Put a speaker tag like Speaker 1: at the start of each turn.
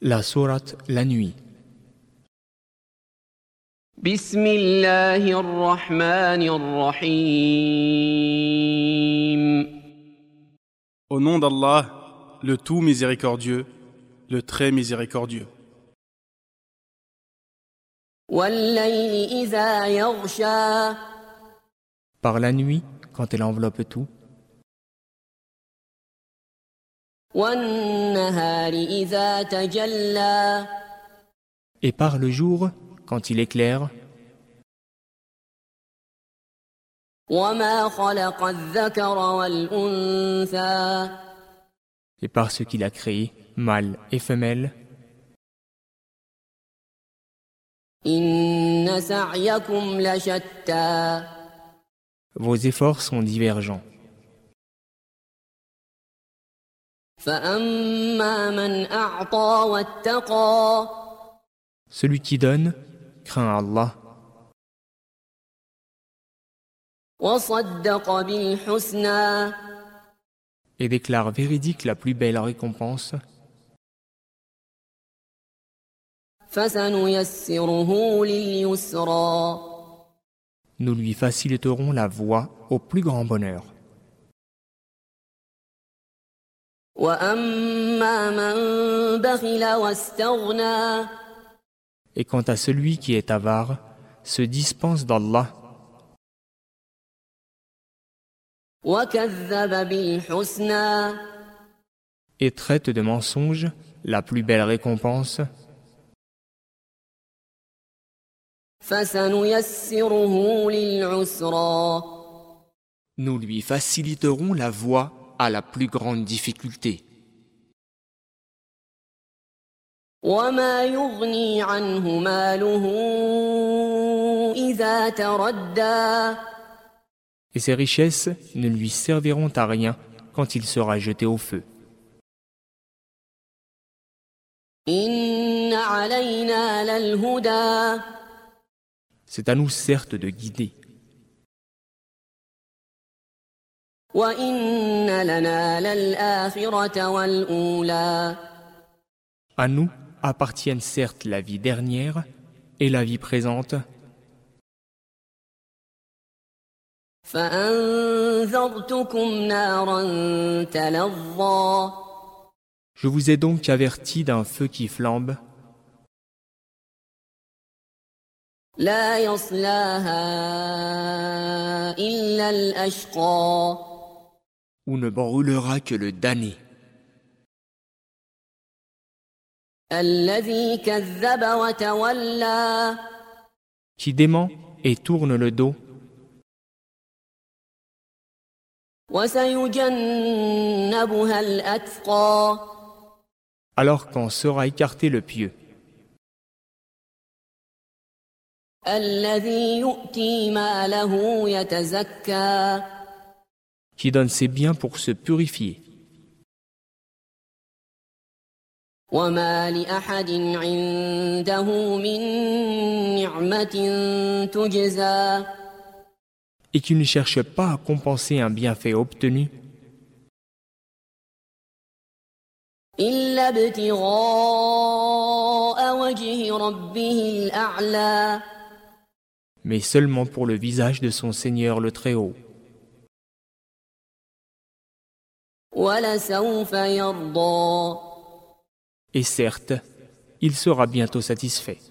Speaker 1: La sourate La Nuit.
Speaker 2: بسم الله الرحمن الرحيم
Speaker 3: Au nom d'Allah, le tout miséricordieux, le très miséricordieux.
Speaker 4: والليل إذا يغشى
Speaker 1: Par la nuit, quand elle enveloppe tout,
Speaker 4: والنهار إذا تجلى
Speaker 1: et par le jour, quand il éclaire,
Speaker 4: وما خلق الذكر والأنثى
Speaker 1: et par ce qu'il a créé, mâle et femelle,
Speaker 4: إن سعيكم لشتى
Speaker 1: vos efforts sont divergents.
Speaker 4: فأما من أعطى واتقى
Speaker 1: Celui qui donne, craint Allah
Speaker 4: وصدق بالحسنى
Speaker 1: et déclare véridique la plus belle récompense,
Speaker 4: فسنيسره لليسرى
Speaker 1: nous lui faciliterons la voie au plus grand bonheur.
Speaker 4: وأما من بخل واستغنى
Speaker 1: Et quant à celui qui est avare, se dispense d'Allah
Speaker 4: وكذب بالحسنى
Speaker 1: et traite de mensonge la plus belle récompense,
Speaker 4: فسنيسره للعسرى
Speaker 1: nous lui faciliterons la voie à la plus grande difficulté.
Speaker 4: وما يغني عنه ماله إذا تردى
Speaker 1: Et ses richesses ne lui serviront à rien quand il sera jeté au feu.
Speaker 4: إن علينا للهدى
Speaker 1: C'est à nous certes de guider,
Speaker 4: وإن لنا للآخرة والأولى
Speaker 1: à nous appartiennent certes la vie dernière et la vie présente,
Speaker 4: فأنذرتكم نارا تلظى
Speaker 1: je vous ai donc averti d'un feu qui flambe,
Speaker 4: لا يصلاها إلا الأشقى
Speaker 1: où ne brûlera que le damné,
Speaker 4: الذي كذب وتولى
Speaker 1: qui dément et tourne le dos,
Speaker 4: وسيجنبها الأتقى
Speaker 1: alors qu'en sera écarté le pieux,
Speaker 4: الذي يؤتي ماله يتزكى
Speaker 1: qui donne ses biens pour se purifier,
Speaker 4: وما لأحد عنده من نعمة تجزى
Speaker 1: et qui ne cherche pas à compenser un bienfait obtenu,
Speaker 4: إلا ابتغاء وجه ربه الأعلى
Speaker 1: mais seulement pour le visage de son Seigneur le Très-Haut.
Speaker 4: ولسوف يرضى
Speaker 1: Et certes, il sera bientôt satisfait.